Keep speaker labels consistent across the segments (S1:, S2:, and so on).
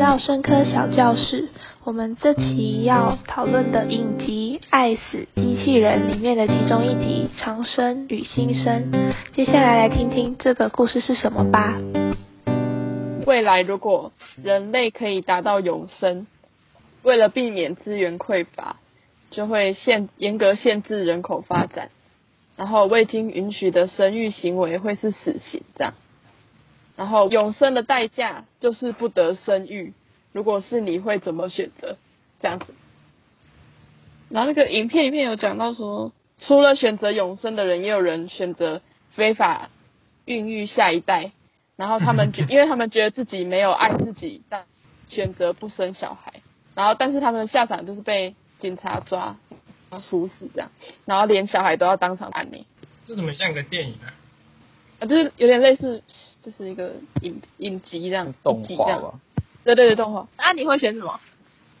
S1: 到生科小教室，我们这期要讨论的影集《爱死机器人》里面的其中一集《长生与新生》，接下来来听听这个故事是什么吧。
S2: 未来如果人类可以达到永生，为了避免资源匮乏，就会限严格限制人口发展，然后未经允许的生育行为会是死刑这样。然后永生的代价就是不得生育。如果是你会怎么选择？这样子。然后那个影片里面有讲到说，除了选择永生的人，也有人选择非法孕育下一代。然后他们 觉，因为他们觉得自己没有爱自己，但选择不生小孩。然后，但是他们的下场就是被警察抓，然后处死这样。然后连小孩都要当场安宁。
S3: 这怎么像个电影啊？
S2: 啊，就是有点类似，就是一个影影集这样，一
S4: 动
S2: 集这
S4: 画
S2: 样。
S4: 吧。
S2: 对对对，动画。
S5: 那、啊你会选什么？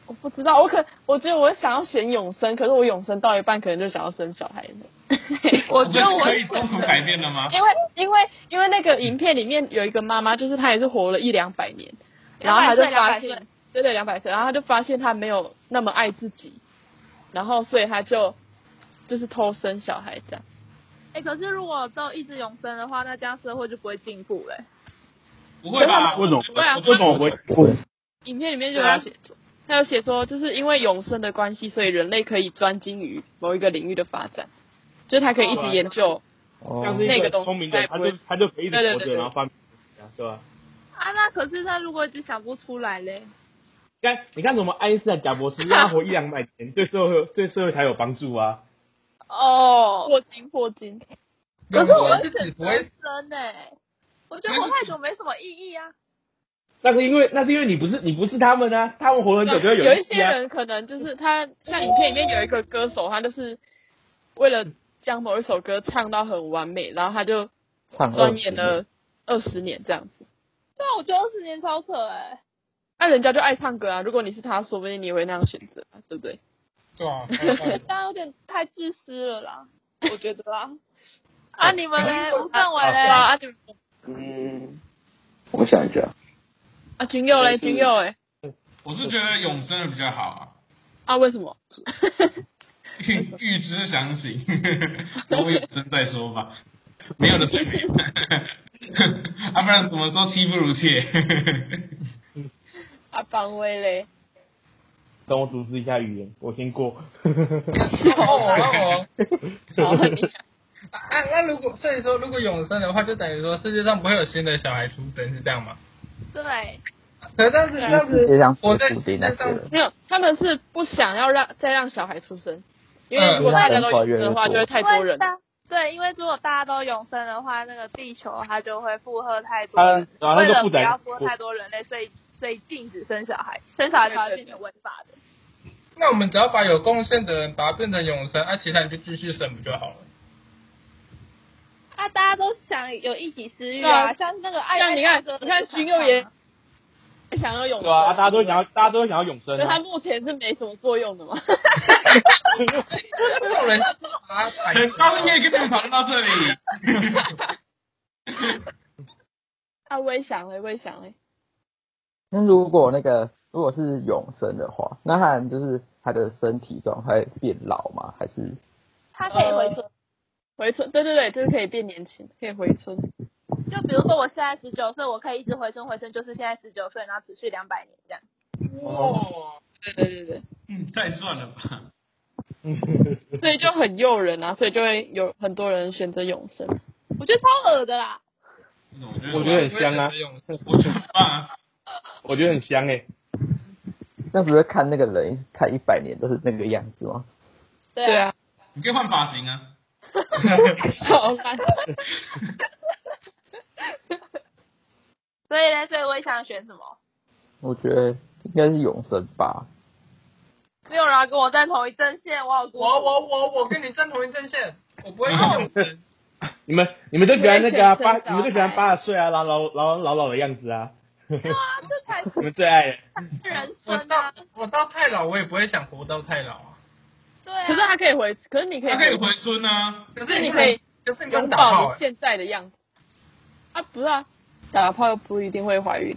S2: 我不知道，我可我觉得我想要选永生，可是我永生到一半可能就想要生小孩了，
S5: 我觉得
S3: 们
S5: 我
S3: 可以中途改变的吗？
S2: 因为因为因为那个影片里面有一个妈妈，就是她也是活了一两百年，然后她就发
S5: 200岁200
S2: 现，对对两百岁，然后她就发现她没有那么爱自己，然后所以她就就是偷生小孩这样。
S5: 哎、可是如果都一直永生的话，那这样社会就不会进步嘞、
S3: 不会吧？
S6: 为什么
S2: 对啊
S6: 为什么会？
S2: 影片里面就有写，他有写说，就是因为永生的关系，所以人类可以专精于某一个领域的发展，就是他可以一直研究。
S6: 像
S4: 哦
S6: 是，一
S2: 那个
S6: 个
S2: 东西
S6: 聪明的人，
S2: 才
S6: 他
S2: 不会
S6: 就他就可以一直
S2: 对对
S6: 活
S2: 对
S6: 着，
S2: 对
S6: 然后发明东西啊，对吧？
S5: 啊，那可是他如果一直想不出来嘞，
S6: 你看，你看什么爱因斯坦、贾博 士，让他活一两百年，对社会对社会才有帮助啊！
S5: 哦，
S2: 霍金，霍金，
S5: 可是我会
S3: 自己
S5: 选
S3: 不会
S5: 人生哎、我觉得活太久没什么意义啊。
S6: 那是因为那是因为你不是你不是他们啊，他们活很久就会
S2: 有
S6: 有
S2: 一些
S6: 啊。
S2: 人可能就是他，像影片里面有一个歌手，他就是为了将某一首歌唱到很完美，然后他就
S4: 唱
S2: 钻
S4: 20
S2: 研
S4: 年
S2: 了二十年这样子。
S5: 对啊，我觉得二十年超扯
S2: 那、
S5: 哎、
S2: 人家就爱唱歌啊，如果你是他，说不定你也会那样选择啊，对不对？
S3: 对啊，看看
S5: 这样有点太自私了啦，我觉得 啦。啊，你们嘞，吴政伟
S2: 对啊，
S5: 嘞，
S2: 啊你们
S4: 嗯，我想一下，
S2: 啊军佑嘞，军佑哎嘞，
S3: 我是觉得永生的比较好 啊，
S2: 啊为什么？
S3: 预预知详情，等我永生再说吧。没有的最美， 啊，不然什么时候妻不如妾？
S2: 啊方威嘞。
S6: 等我组织一下语言，我先过。
S3: 哦哦，
S2: 好，你讲
S3: 啊，那如果所以说，如果永生的话，就等于说世界上不会有新的小孩出生，是这样吗？
S5: 对，
S3: 可是这样子，这样
S4: 世界上
S3: 子，
S4: 是
S3: 我在
S4: 固
S3: 世
S4: 定
S3: 界
S4: 的
S3: 上，
S2: 没有，他们是不想要让再让小孩出生，因
S6: 嗯
S2: 为如果大家都有生的话，就会太
S5: 因
S2: 多
S5: 为
S2: 人。
S5: 大对，因为如果大家都永生的话，那个地球它就会负荷太多
S6: 他
S5: 人，
S6: 然后
S5: 为
S6: 那个
S5: 了
S6: 负
S5: 不要
S6: 载，
S5: 多太多人类，所以所以禁止生小孩， 生小孩才会变成违法的。
S3: 那我们只要把有贡献的人把它变成永生，啊，其他人就继续生不就好了？
S5: 啊，大家都想有一己私欲
S2: 对啊
S5: 啊，像那个爱
S2: 像你看
S5: 爱唱歌的
S2: 你看
S5: 就
S2: 军
S5: 想
S2: 幼也
S5: 唱啊
S2: 想要永
S6: 对啊，大家都想要，大家都想要永生
S2: 所以它
S6: 啊。
S2: 目前是没什么作用 的嘛。
S3: 这种人就是把他排斥。高月跟你们讨论到这里，
S2: 啊，我也想嘞，我也想嘞。
S4: 那如果那个如果是永生的话，那他就是他的身体状态变老吗？还是
S5: 他可以回春。
S2: 回春，对对对，就是可以变年轻，可以回春。
S5: 就比如说我现在十九岁，我可以一直回春回春，就是现在十九岁，然后持续两百年这样。
S3: 哇，
S2: 对对对对，
S3: 嗯，太赚了吧？
S2: 所以就很诱人啊，所以就会有很多人选择永生。
S5: 我觉得超恶的啦，
S3: 我
S6: 我觉得很香啊
S3: 我觉得很棒啊，
S6: 我觉得很香诶、
S4: 那不是看那个人看一百年都是那个样子吗？
S2: 对啊，
S3: 你可以换发型 啊。
S2: 超烂。
S5: 所以呢，所以我也想选什么？
S4: 我觉得应该是永生吧。
S5: 没有人要跟我站同一阵线，我好孤
S7: 我
S5: 独。
S7: 我我我跟你站同一阵线，我不会用
S3: 哦
S6: 你们 你们都喜欢那 个、啊、
S2: 我也
S6: 八，
S2: 是很
S6: 你们都喜欢
S2: 小孩
S6: 八十岁啊，老老老老老的样子啊，
S5: 对啊，这才
S6: 你们最爱的。
S5: 是 人
S7: 我
S5: 生
S7: 到
S5: 啊！
S7: 我到太老，我也不会想活到太老啊。
S5: 对啊，
S2: 可是它可以回，可是你可以
S3: 他可以回春啊，
S7: 可
S2: 是
S7: 是
S2: 你
S7: 你
S2: 可以，
S7: 可是你不
S2: 拥
S7: 用打
S2: 抱
S7: 炮
S2: 你
S7: 欸，
S2: 现在的样子。啊，不是啊，打了炮又不一定会怀孕，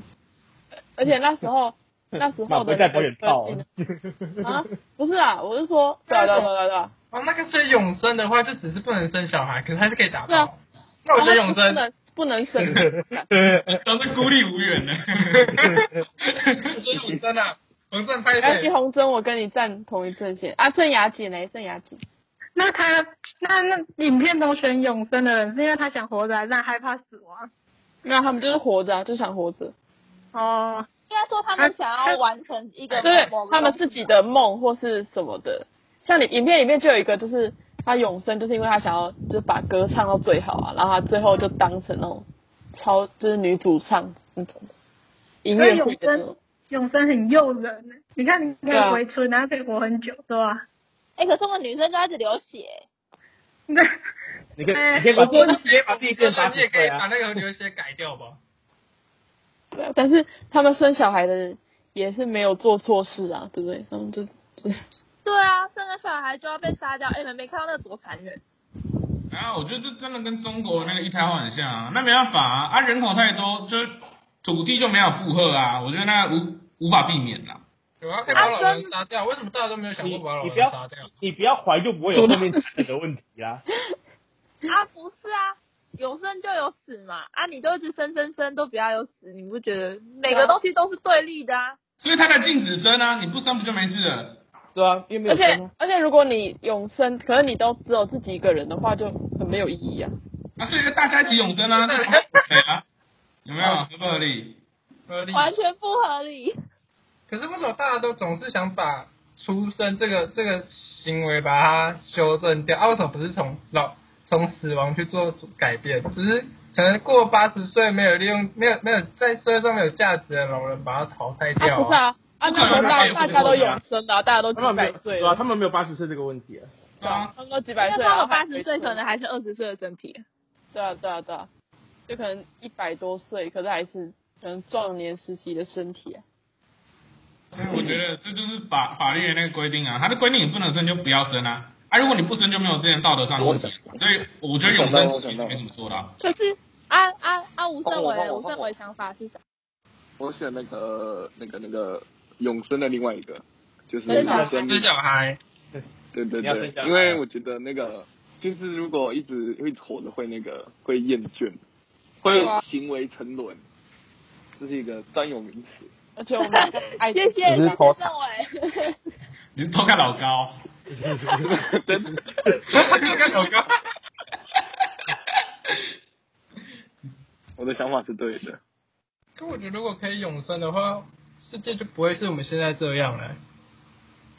S2: 而且那时候那时
S8: 那
S2: 候
S8: 不
S2: 的
S8: 会再
S2: 那个
S8: 保险套
S2: 科技呢啊，不是啊，我是说，对啊对啊对啊对啊，
S3: 哦，那个所以永生的话，就只是不能生小孩，可是还是可以打
S2: 对啊
S3: 炮。那我觉得永
S2: 不
S3: 生，
S8: 哦
S2: 能不能生，
S6: 都是孤立无 援的。
S3: 我觉得永生啊，永生拍
S2: 而且
S3: 谁？
S2: 洪真我跟你站同一阵线啊，郑雅姐呢？郑雅姐，
S9: 那他那那影片都选永生的人，是因为他想活着，还是他害怕死亡？
S2: 那他们就是活着啊，就想活着，
S9: 哦，
S5: 应该说他们想要完成一个
S2: 对
S5: 某个
S2: 他们
S5: 东西
S2: 自己的梦或是什么的。像你影片里面就有一个，就是他永生，就是因为他想要就是把歌唱到最好啊，然后他最后就当成那种超就是女主唱那种的音
S9: 所以
S2: 乐
S9: 永
S2: 会的那
S9: 生
S2: 种。
S9: 永生很诱人呢。你看，你可
S2: 对啊
S9: 以回村，然后可以活很久，对吧？
S5: 哎、可是我们女生就一直流血，
S9: 那
S8: 你可以
S9: 哎
S8: 你可以把
S2: 我说
S8: 你可以把第一件打
S3: 你也
S8: 死
S3: 可以
S8: 对
S3: 把
S8: 啊，
S3: 那个流血改掉吧。
S2: 对啊，但是他们生小孩的也是没有做错事啊，对不对？他们就就
S5: 对啊，生了小孩就要被杀掉，哎、你们没看到那个多残忍？
S6: 然啊后我觉得这真的跟中国那个一胎化很像啊，那没办法啊，啊人口太多，就是土地就没有负荷啊，我觉得那个无无法避免啦。
S3: 有啊，可以把老人杀掉，为什么大家都没有想过把老
S8: 你
S3: 人
S8: 不要
S3: 杀掉？
S8: 你不要怀就不会有后面的问题啦。
S5: 啊，不是啊，有生就有死嘛，啊，你都一直生生生都不要有死，你不觉得每个东西都是对立的啊？
S6: 所以他在禁止生啊，你不生不就没事了？
S8: 对啊，因为没
S2: 而
S8: 有生
S2: 且
S8: 啊。
S2: 而且如果你永生，可是你都只有自己一个人的话，就很没有意义啊。
S6: 啊，所以大家一起永生啊，这很合理啊，有没有合不合理？
S3: 合
S8: 啊
S3: 理。
S5: 啊完全不合理。
S3: 可是为什么大家都总是想把出生这个这个行为把它修正掉？啊，为什么不是从老从死亡去做改变？只是可能过八十岁没有利用，没有没有在社会上没有价值的老人把它淘汰
S2: 啊，
S3: 掉
S2: 不是啊，啊，那时候大
S6: 不可
S2: 大
S6: 能
S2: 家都永生了、啊，大家都几
S8: 他们没
S2: 百
S8: 有
S2: 岁
S8: 对啊，
S2: 了，
S8: 他们没有八十岁这个问题啊。
S6: 对啊，
S2: 他们都几
S5: 因
S2: 百
S5: 为
S2: 岁
S5: 他
S2: 了，
S5: 们八十岁可能还是二十岁的身体，
S2: 对啊对啊对啊，就可能一百多岁，可是还是可能壮年时期的身体啊。
S6: 所以我觉得这就是法法律的那个规定啊，它的规定你不能生就不要生啊，啊，如果你不生就没有之前道德上的问题，所以我觉得永生其实没什么错的啊、
S5: 可是啊啊啊，吴胜
S4: 换
S5: 伟，
S4: 我换我
S5: 吴胜伟想法是啥？
S4: 我选那个那个那个永生的另外一个，就是
S2: 生小孩
S4: 生命
S3: 生小孩，
S4: 对对
S8: 你要生
S4: 对
S8: 小，孩
S4: 因为我觉得那个就是如果一直一直活着会那个会厌倦，会
S2: 对啊
S4: 行为沉沦，这是一个专有名词。
S2: 而且我们爱
S5: 谢谢
S10: 只
S5: 吴
S10: 是偷
S5: 胜伟，
S6: 你是偷看老高，
S4: 真的，
S3: 看老高，
S4: 我的想法是对的。
S3: 可我觉得如果可以永生的话，世界就不会是我们现在这样了。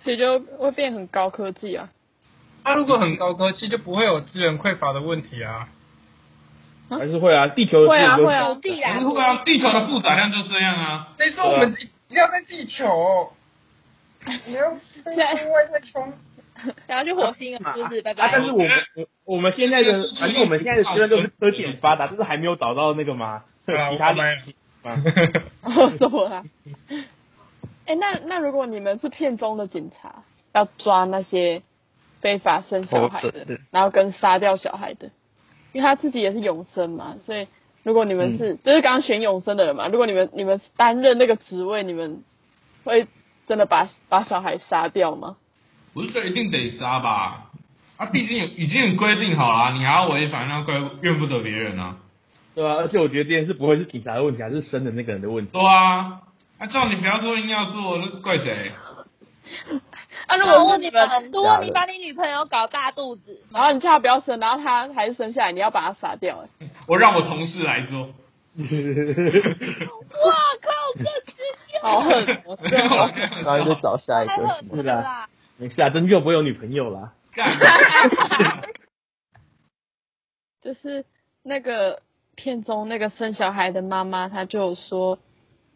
S2: 所以就会变很高科技啊。
S3: 它、如果很高科技，就不会有资源匮乏的问题啊。
S8: 还是会啊，地球的
S2: 会啊
S8: 自由
S2: 会啊
S8: 就
S5: 地
S6: 可
S5: 啊
S6: 是，会啊，地球的负载量就这样啊，
S3: 谁说我们一定要在地球？你要在外太 空？
S5: 想要去火星了，是不是？拜
S8: 啊，
S5: 拜
S8: 但。是我们我我们现在的，反正我们现在的阶段都是科技很发达，但是还没有找到那个嘛，
S3: 对啊
S8: 其他
S3: 我们
S8: 领域嘛。
S2: 我 走啦。啊哎、那那如果你们是片中的警察，要抓那些非法生小孩
S8: 偷
S2: 的
S8: 生的，
S2: 然后跟杀掉小孩的，因为他自己也是永生嘛，所以如果你们是、就是刚刚选永生的人嘛，如果你们你们担任那个职位，你们会真的把把小孩杀掉吗？
S6: 我是觉得一定得杀吧，啊，毕竟有已经有规定好啦、你还要违反，那怪怨不得别人啊，
S8: 对啊，而且我觉得这件事不会是警察的问题，还是生的那个人的问题。
S6: 对啊，啊，叫你不要做硬要做，那是怪谁？
S2: 啊，如
S5: 我
S2: 果
S5: 问
S2: 是
S5: 你
S2: 你们，
S5: 们， 如果你把你女朋友搞大肚子，
S2: 然后你叫他不要生，然后他还是生下来，你要把他杀掉、哎，
S6: 我让我同事来做，
S5: 我靠，这句
S2: 好狠哦、真的好
S6: 我
S8: 啊
S2: 狠
S6: 这样
S10: 然后就
S6: 说，
S10: 找下一
S5: 太
S10: 个。
S5: 狠了啦！
S8: 没事啊，真就不会有女朋友啦。
S6: 干。
S2: 就是那个片中那个生小孩的妈妈，她就有说，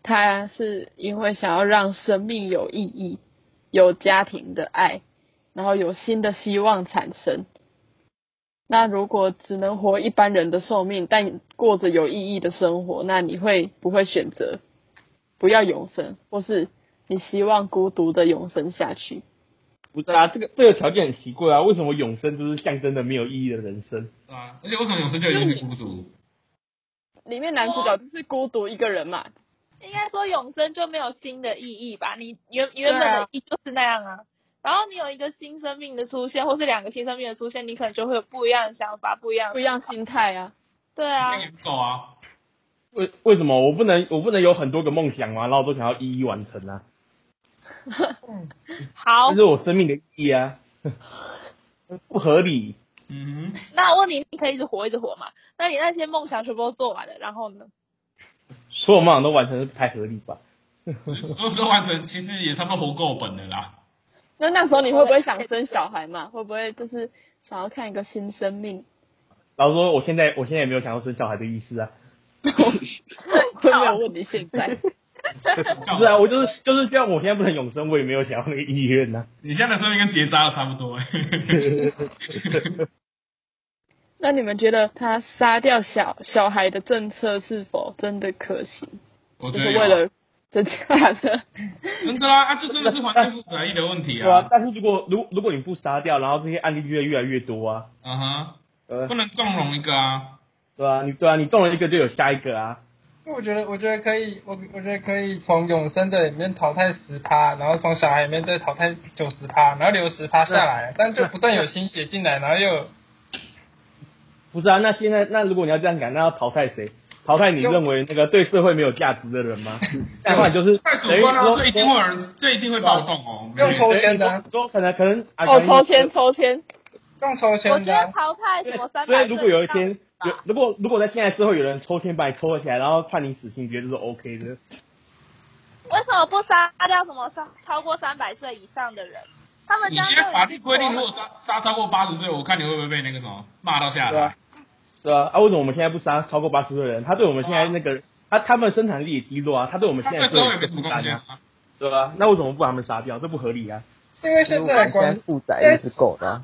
S2: 她是因为想要让生命有意义，有家庭的爱，然后有新的希望产生。那如果只能活一般人的寿命，但过着有意义的生活，那你会不会选择不要永生，或是你希望孤独的永生下去？
S8: 不是啊，这个这个条件很奇怪啊，为什么永生就是象征的没有意义的人生？
S6: 对啊，而且为什么永生就一定是孤独？
S2: 里面男主角就是孤独一个人嘛，
S5: 应该说永生就没有新的意义吧？你原原本的意义就是那样啊。然后你有一个新生命的出现，或是两个新生命的出现，你可能就会有不一样的想法，不一样
S2: 不
S5: 的
S2: 一样心态啊。
S5: 对啊，
S8: 嗯
S6: 养狗啊，
S8: 为为什么我不能我不能有很多个梦想吗？然后我都想要一一完成啊，
S5: 好
S8: 这，是我生命的意义啊， 不合理。
S6: 嗯
S5: 那我问你，你可以一直活一直活嘛？那你那些梦想全部都做完了，然后呢？
S8: 所有梦想都完成是不太合理吧？
S6: 哼，所有都完成，其实也差不多活够本了 啦。
S2: 那那时候你会不会想生小孩嘛？会不会就是想要看一个新生 命？
S8: 然后说我现在我现在也没有想要生小孩的意思啊，
S2: 我没有问你现在，
S8: 不是啊，我就是就是这样，我现在不能永生，我也没有想要那个意愿啊呐、
S6: 你现在的生命跟结扎的差不 多、欸。
S2: 那你们觉得他杀掉小小孩的政策是否真的可行？
S6: 我
S2: 就
S6: 觉
S2: 是
S6: 得
S2: 为
S6: 有啊
S2: 了真假的？
S6: 真的啊，啊，这真的是环境负责一的问题
S8: 对啊
S6: 啊，。
S8: 但是如果如如果你不杀掉，然后这些案例就会越来越多啊，
S6: 嗯哼，
S8: 呃
S6: 不，能纵容一个啊。
S8: 对啊，你对啊，你动了一个就有下一个啊，
S3: 我觉得，我觉得可以，我我觉得可以从永生的里面淘汰十趴，然后从小孩里面再淘汰九十趴，然后留十趴下来，但就不断有新血进来，然后又有
S8: 不是啊？那现在那如果你要这样赶，那要淘汰谁？淘汰你认为那个对社会没有价值的人 吗？那的话你就是
S6: 太主
S8: 等于
S6: 观了，
S8: 说
S6: 这一定会有人，这一定会暴动哦。没有
S3: 用抽签的啊、
S8: 你说可能可能啊，
S2: 哦
S8: 可，能
S2: 抽签抽签，
S3: 用抽
S5: 我
S3: 签
S5: 觉
S3: 的啊、
S5: 得淘汰什么三
S8: 所
S5: 百
S8: 以如果有一天，有如果如果在现在社会有人抽签把你抽起来，然后判你死刑，你觉得这是 OK 的？
S5: 为什么不杀掉什么三超过三百岁以上的人？他们
S6: 你
S5: 这
S8: 啊
S5: 样
S6: 现在法
S5: 就已
S6: 律
S5: 经
S6: 规定，如
S5: 过
S6: 果
S5: 了
S6: 杀杀超过八十岁，我看你会不会被那个什么骂到下
S8: 对啊
S6: 来？，
S8: 对啊，啊，为什么我们现在不杀超过八十岁的人？他对我们现在那个，他他们生产力也低落啊，他对我们
S6: 他
S8: 现
S6: 对
S8: 在
S6: 社会
S8: 也
S6: 没什么贡献啊。
S8: 对啊，那为什么不把他们杀掉？这不合理啊！
S3: 是因为
S10: 因为我们
S3: 现在
S10: 现在
S3: 的观
S10: 负载力是够的啊、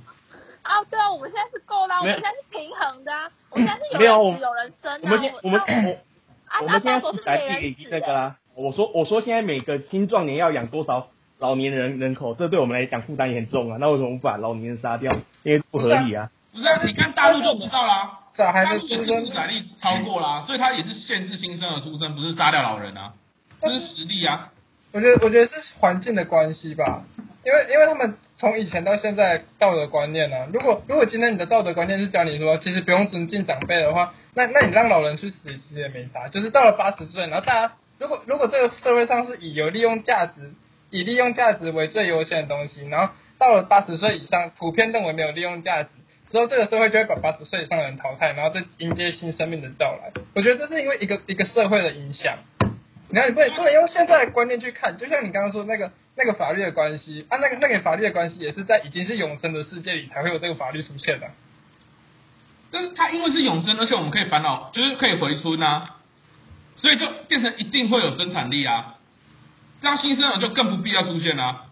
S5: 啊，对啊，我们现在是够啦，我
S8: 没有
S5: 们现在是平衡的啊，我们现在是
S8: 没有
S5: 有
S8: 我
S5: 人
S8: 们
S5: 死有人生啊，
S8: 我们现 我们
S5: 那
S8: 我
S5: 啊
S8: 我
S5: 啊，
S8: 们现在
S5: 大国
S8: 负
S5: 是
S8: 载
S5: 没
S8: 力已
S5: 人
S8: 经
S5: 死
S8: 那个
S5: 的，
S8: 啊，我说我说现在每个青壮年要养多少老年人人口，这对我们来讲负担也很重啊。那为什么不把老年人杀掉？因为不合理啊！
S6: 不是啊，你看大陆就知道啦，
S3: 小孩
S6: 大
S3: 的
S6: 陆也
S3: 出
S6: 是负
S3: 生，
S6: 载力啊超过啦，所以他也是限制新生儿出生，不是杀掉老人啊，这是实力啊。
S3: 我觉得我觉得是环境的关系吧，因为因为他们从以前到现在道德观念啊，如果如果今天你的道德观念是教你说其实不用尊敬长辈的话，那那你让老人去死其实也没啥，就是到了八十岁，然后大家如果如果这个社会上是以有利用价值以利用价值为最优先的东西，然后到了八十岁以上普遍认为没有利用价值。之后，这个社会就会把八十岁以上的人淘汰，然后再迎接新生命的到来。我觉得这是因为一个一个社会的影响。你看，你不能不能用现在的观念去看，就像你刚刚说那个那个法律的关系啊，那个那个法律的关系也是在已经是永生的世界里才会有这个法律出现的、
S6: 但是它因为是永生，而且我们可以烦恼，就是可以回春啊，所以就变成一定会有生产力啊。这样新生儿就更不必要出现啦、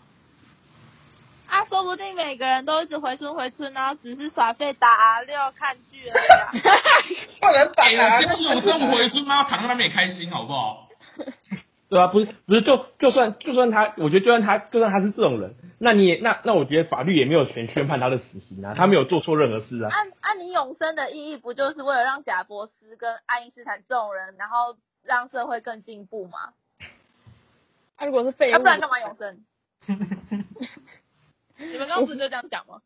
S5: 啊，说不定每个人都一直回村回村，然后只是耍废打 R 六看剧而已、啊。
S3: 不能把
S6: 哎呀，
S3: 啊，
S6: 这样永生回春妈躺在那边也开心，好不好？
S8: 对啊，不是不是，就就算就算他，我觉得就算他就算他是这种人，那你也那那我觉得法律也没有权宣判他的死刑啊，他没有做错任何事啊。
S5: 按按你永生的意义，不就是为了让贾伯斯跟爱因斯坦这种人，然后让社会更进步吗？啊
S2: 他、如果是废物，
S5: 要不然干嘛永生？ 你们刚不是就这样讲吗？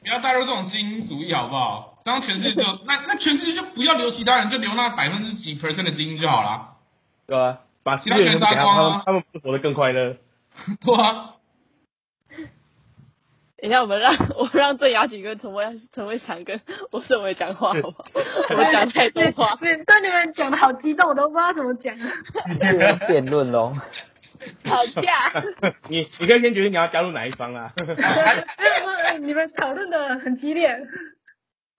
S6: 不要带入这种精英主义，好不好？这样全世界就那那全世界就不要留其他人，就留那百分之几 percent 的精英就好啦。
S8: 对啊，把
S6: 其
S8: 其
S6: 他
S8: 他
S6: 全
S8: 人
S6: 杀
S8: 给他，
S6: 光
S8: 他
S6: 啊
S8: 们他们不是活得更快乐？
S6: 对啊，
S2: 等一下，我们让我让郑雅几跟陈伟陈伟强跟 我沈伟讲话好不好？我 们讲太多话。
S9: 对，对你们讲的好激动，我都不知道怎么讲了。
S10: 这个辩论喽。
S5: 吵架，
S8: 你你可以先决定你要加入哪一方啊。
S9: 没有哎你们讨论的很激烈。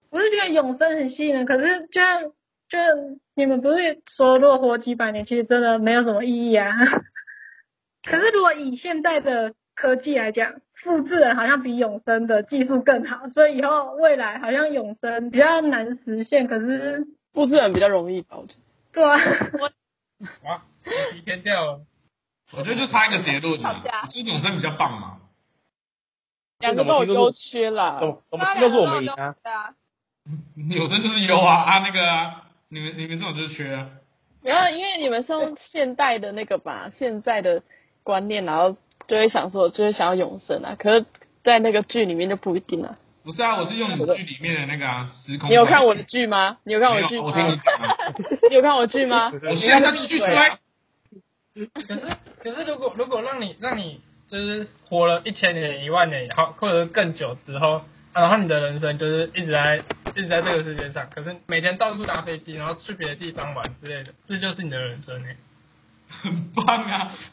S9: 我是觉得永生很吸引人，可是就像就像你们不是说，如果活几百年，其实真的没有什么意义啊。 可是如果以现在的科技来讲，复制人好像比永生的技术更好，所以以后未来好像永生比较难实现。可是，
S2: 复制人比较容易吧，我觉得。
S9: 对啊，
S3: 哇，提前掉了，
S6: 我觉得就差一个结论
S5: 吵
S6: 啦
S5: 架，
S6: 就是永生比较棒嘛。
S2: 两个都有优缺啦。
S8: 怎么怎么
S5: 他
S8: 听
S5: 俩
S8: 都是我们赢啊？
S5: 对啊，
S6: 永生就是优啊啊那个啊，你们你们这种就是缺啊。
S2: 没有，因为你们是用现代的那个吧， 现在的观念，然后就会想说，就会想要永生啊。可是，在那个剧里面就不一定了、
S6: 不是啊，我是用你剧里面的那个啊时空。
S2: 你有看我的？剧吗？你有看我
S6: 没
S2: 的剧
S6: 有，我
S2: 吗？
S6: 听你讲啊。
S2: 你有看我的剧吗？
S6: 我现在在剧出来，
S3: 可是可是如果如果让你让你就是活了一千年、一万年，然后或者是更久之后，啊然后你的人生就是一直在一直在这个世界上，可是每天到处搭飞机，然后去别的地方玩之类的，这就是你的人生哎。
S6: 很棒啊！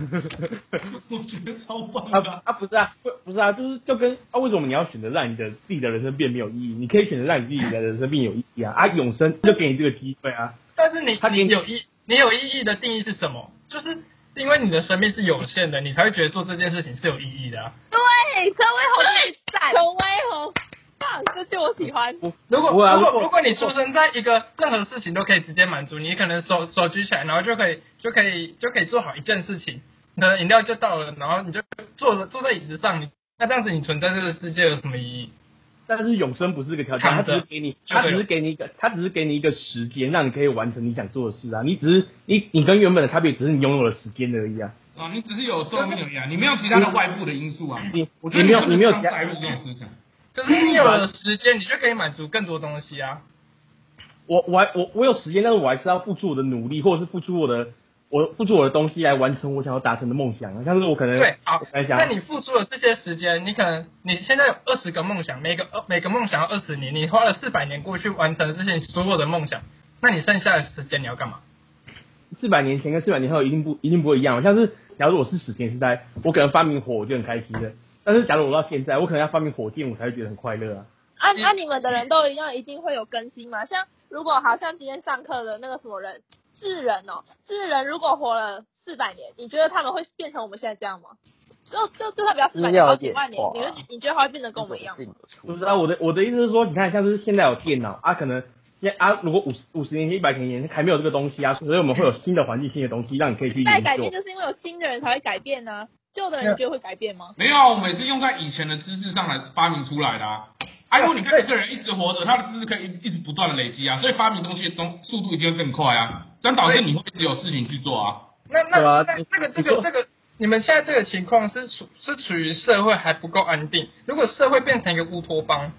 S6: 我觉得超棒的啊。
S8: 啊啊不是啊，不不是啊，就是就跟啊为什么你要选择让你的自己的人生变没有意义？你可以选择让你自己的人生变有意义啊！啊，永生就给你这个机会啊！
S3: 但是你
S8: 他连
S3: 你有意你有意义的定义是什么？就是因为你的生命是有限的，你才会觉得做这件事情是有意义的啊。
S5: 对，陈威 宏最赞，陈威宏，棒，这就我喜欢。
S3: 如果
S8: 不会啊
S3: 如
S8: 如果
S3: 果如果你出生在一个任何事情都可以直接满足你，可能手手举起来，然后就可以就可以就可以做好一件事情，你的饮料就到了，然后你就坐着坐在椅子上，你那这样子你存在这个世界有什么意义？
S8: 但是永生不是一个条件，他
S3: 躺
S8: 只
S3: 着
S8: 是给你，
S3: 就会
S8: 他
S3: 有
S8: 只是给你一个，他只是给你一个时间，让你可以完成你想做的事啊！你只是你你跟原本的差别，只是你拥有了时间而已啊！
S6: 啊，你只是有寿命而已啊，你没有其他的外部的因素啊。
S8: 你
S6: 我觉得
S8: 你没有
S6: 根本
S8: 你没有
S6: 不
S8: 其他
S6: 能带入这种思想。
S3: 可是你有了时间，你就可以满足更多东西啊。
S8: 我我还我我有时间，但是我还是要付出我的努力，或者是付出我的我付出我的东西来完成我想要达成的梦想啊！像是我可能
S3: 对，好
S8: 我可能，想
S3: 那你付出了这些时间，你可能你现在有二十个梦想，每个呃每个梦想要二十年，你花了四百年过去完成这些所有的梦想，那你剩下的时间你要干嘛？
S8: 四百年前跟四百年后一定不一定不会一样。像是假如我是史前时代，我可能发明火我就很开心了。但是假如我到现在，我可能要发明火箭，我才会觉得很快乐啊。
S5: 按按你们的人都一样，一定会有更新嘛？像如果好像今天上课的那个什么人，智人哦，智人如果活了四百年，你觉得他们会变成我们现在这样吗？就就就算不要四
S10: 资
S5: 百年，
S10: 料
S5: 好几
S10: 演
S5: 万年
S10: 化，
S5: 你会你觉得他会变得跟我们一样吗？
S10: 进不出
S8: 不知道我的我的意思是说，你看像是现在有电脑啊，可能现在啊，如果五十五十年前、一百年前还没有这个东西啊，所以我们会有新的环境、新的东西，让你可以去
S5: 代
S8: 研
S5: 改变
S8: 究。
S5: 就是因为有新的人才会改变呢、旧的人你觉得会改变吗？
S6: 没有啊，我们也是用在以前的知识上来发明出来的啊。啊，如果你看一个人一直活着，他的知识可以一一直不断的累积啊，所以发明东西的东速度一定会更快啊，这样导致你会一直有事情去做啊。
S3: 那那
S8: 对啊
S3: 那
S8: 你
S3: 这个
S8: 你
S3: 这
S8: 说
S3: 个这个，你们现在这个情况是处是处于社会还不够安定。如果社会变成一个乌托邦，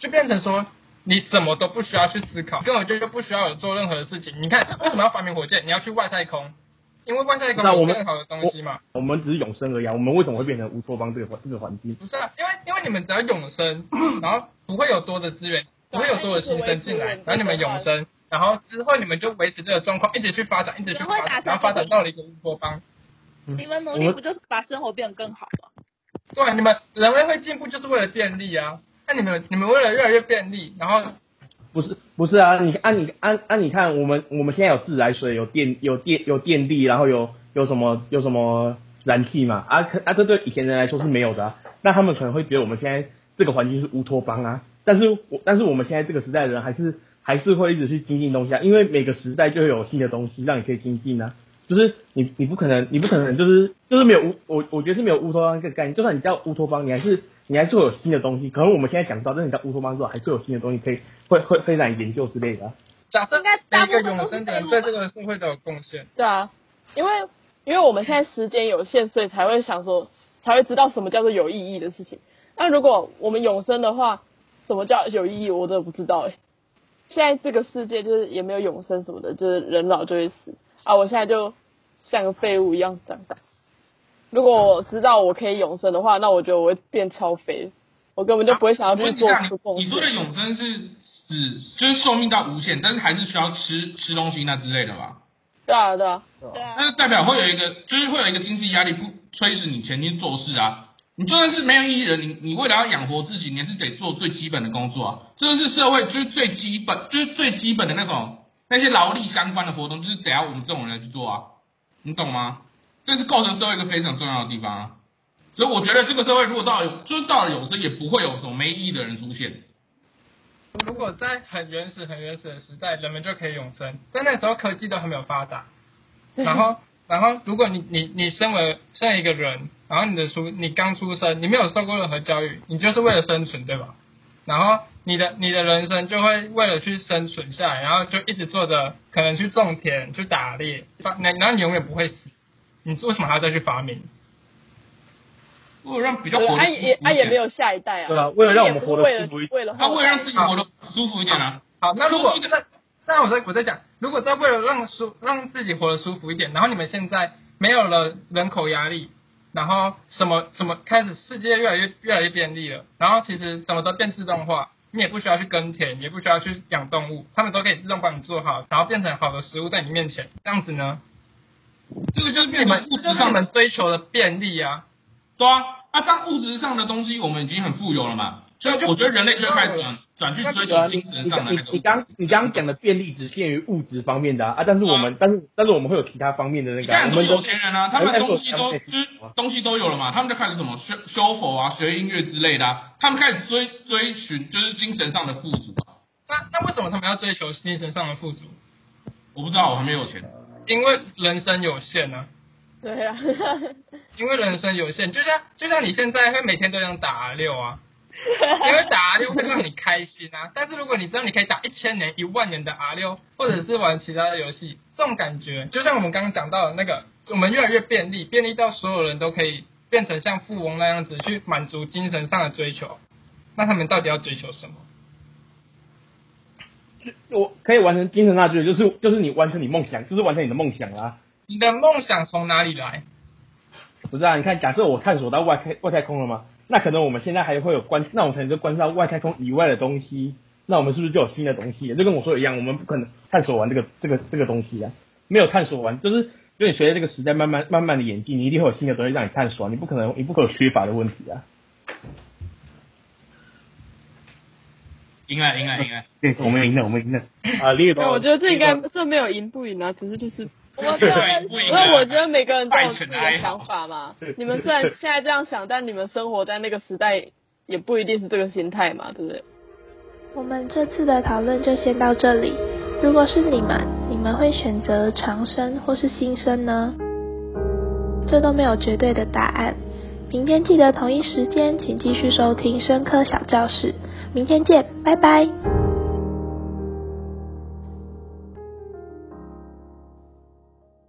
S3: 就变成说你什么都不需要去思考，根本就不需要有做任何事情。你看为什么要发明火箭？你要去外太空，因为外太空
S8: 那我
S3: 有
S8: 们
S3: 更好的东西嘛。
S8: 我们只是永生而已啊，我们为什么会变成乌托邦这个环这个环境？
S3: 不是啊，因为因为你们只要永生，然后不会有多的资源，不会有多的新生进来，然后你们永生，然后之后你们就维持这个状况，一直去发展，一直去发展，然后发展到了一个乌托邦。
S5: 你们努
S8: 我
S5: 力
S8: 们
S5: 不就是把生活变得更好吗？
S3: 对，你们人类会进步就是为了便利啊。那你们你们为了越来越便利，然后
S8: 不是不是啊，你按、你按按、你看，我们我们现在有自来水，有电有电有电力，然后有有什么有什么燃气嘛啊可啊，这对以前人来说是没有的、啊，那他们可能会觉得我们现在这个环境是乌托邦啊，但是我但是我们现在这个时代的人还是还是会一直去精进东西啊，因为每个时代就会有新的东西让你可以精进啊。就是你，你不可能，你不可能，就是就是没有乌，我我觉得是没有乌托邦这个概念。就算你叫乌托邦，你还是你还是会有新的东西。可能我们现在讲不到，但是你叫乌托邦之后，还是有新的东西可以会会会让你研究之类的啊、
S3: 假设
S5: 应该大
S3: 每
S5: 部
S3: 个
S5: 分都是
S3: 永生的人对
S5: 废物吧
S3: 这个社会都有贡献。
S2: 对啊，因为因为我们现在时间有限，所以才会想说，才会知道什么叫做有意义的事情。那如果我们永生的话，什么叫有意义，我真的不知道哎、现在这个世界就是也没有永生什么的，就是人老就会死啊。我现在就像个废物一样长大。如果我知道我可以永生的话，那我觉得我会变超肥，我根本就不会想要去
S6: 问一
S2: 做
S6: 下
S2: 出
S6: 你，
S2: 贡
S6: 你说的
S2: 献。
S6: 永生是指就是寿命到无限，但是还是需要吃吃东西那之类的吧？
S2: 对啊，对啊，
S5: 对啊，
S6: 那代表会有一个就是会有一个经济压力，不催使你前进做事啊。你就算是没有意义的，你你为了要养活自己，你也是得做最基本的工作啊。这是社会就是最基本就是最基本的那种那些劳力相关的活动，就是得要我们这种人来去做啊。你懂吗？这是构成社会一个非常重要的地方啊。所以我觉得这个社会如果到了就是到了永生，也不会有什么没意义的人出现。
S3: 如果在很原始、很原始的时代，人们就可以永生，在那时候科技都还没有发达。然后，然后，如果你你你身为身为一个人，然后你的出你刚出生，你没有受过任何教育，你就是为了生存，对吧？然后你的你的人生就会为了去生存下来，然后就一直做着，可能去种田、去打猎，发那然后你永远不会死。你为什么还要再去发明？
S6: 为了让比较
S2: 对
S6: 活
S2: 啊
S6: 得
S2: 也
S6: 舒服
S2: 啊
S6: 一
S2: 也没
S6: 点，
S2: 有下一代啊。
S8: 对啊为了让我们活得
S2: 也
S8: 舒
S2: 不
S8: 服
S2: 是
S8: 一啊
S2: 为了为了
S6: 他为了让自己
S3: 好
S6: 活得舒服一点啊。
S3: 好，那如果
S6: 舒服一点
S3: 那那我再我再讲，如果再为了让舒让自己活得舒服一点，然后你们现在没有了人口压力，然后什么什么开始世界越来越越来越便利了，然后其实什么都变自动化，你也不需要去耕田，也不需要去养动物，他们都可以自动帮你做好，然后变成好的食物在你面前，这样子呢，
S6: 这个就是
S3: 你
S6: 变
S3: 们嗯
S6: 成物
S3: 这
S6: 质
S3: 就是
S6: 上
S3: 你
S6: 的，
S3: 们追求的便利啊，
S6: 对啊，啊，这样物质上的东西我们已经很富有了嘛，所以我觉得人类就开始转转去追
S8: 对啊，
S6: 求
S8: 你
S6: 精
S8: 你
S6: 神上的
S8: 你
S6: 那个物
S8: 你
S6: 质。
S8: 刚你刚刚讲的便利只限于物质方面的啊，啊但是我们但是但是我们会有其他方面的那
S6: 你
S8: 个啊，
S6: 看很
S8: 我
S6: 多
S8: 们
S6: 有
S8: 都
S6: 钱人啊，他们东西都
S8: 我们
S6: 就是东西都有了嘛，他们就开始什么修修佛啊、学音乐之类的、啊，他们开始追追寻就是精神上的富足啊。
S3: 那那为什么他们要追求精神上的富足？
S6: 我不知道，我还没有钱。
S3: 因为人生有限啊。
S2: 对 啊，
S3: 因为人生有限，就像就像你现在会每天都想打 R 六啊， 因为打 R 六会让你开心啊。但是如果你知道你可以打一千年、一万年的 R 六，或者是玩其他的游戏，这种感觉就像我们刚刚讲到的那个，我们越来越便利，便利到所有人都可以变成像富翁那样子去满足精神上的追求。那他们到底要追求什么？
S8: 我可以完成精神大觉，就是就是你完成你梦想，就是完成你的梦想啦。
S3: 你的梦想从哪里来？
S8: 不是啊，你看，假设我探索到外太外太空了嘛，那可能我们现在还会有关，那我们可能就关照外太空以外的东西，那我们是不是就有新的东西了？就跟我说的一样，我们不可能探索完这个这个这个东西啊，没有探索完，就是因为随着这个时代慢慢慢慢的演进，你一定会有新的东西让你探索啊、你不可能你不可能有缺乏的问题啊。
S6: 赢了，赢了，赢了。
S8: 对，我们赢了，我们赢了啊！李宇
S2: 对，
S8: 东，
S2: 我觉得这应该这没有赢不赢啊，只是就是。
S5: 我们没有认识
S6: 对不赢
S2: 因
S6: 啊
S2: 为我觉得每个人都有自己的想法 嘛
S8: 败成哀嚎。
S2: 你们虽然现在这样想，但你们生活在那个时代，也不一定是这个心态嘛，对不对？
S1: 我们这次的讨论就先到这里。如果是你们，你们会选择长生或是新生呢？这都没有绝对的答案。明天记得同一时间，请继续收听《深刻小教室》。明天见，拜拜。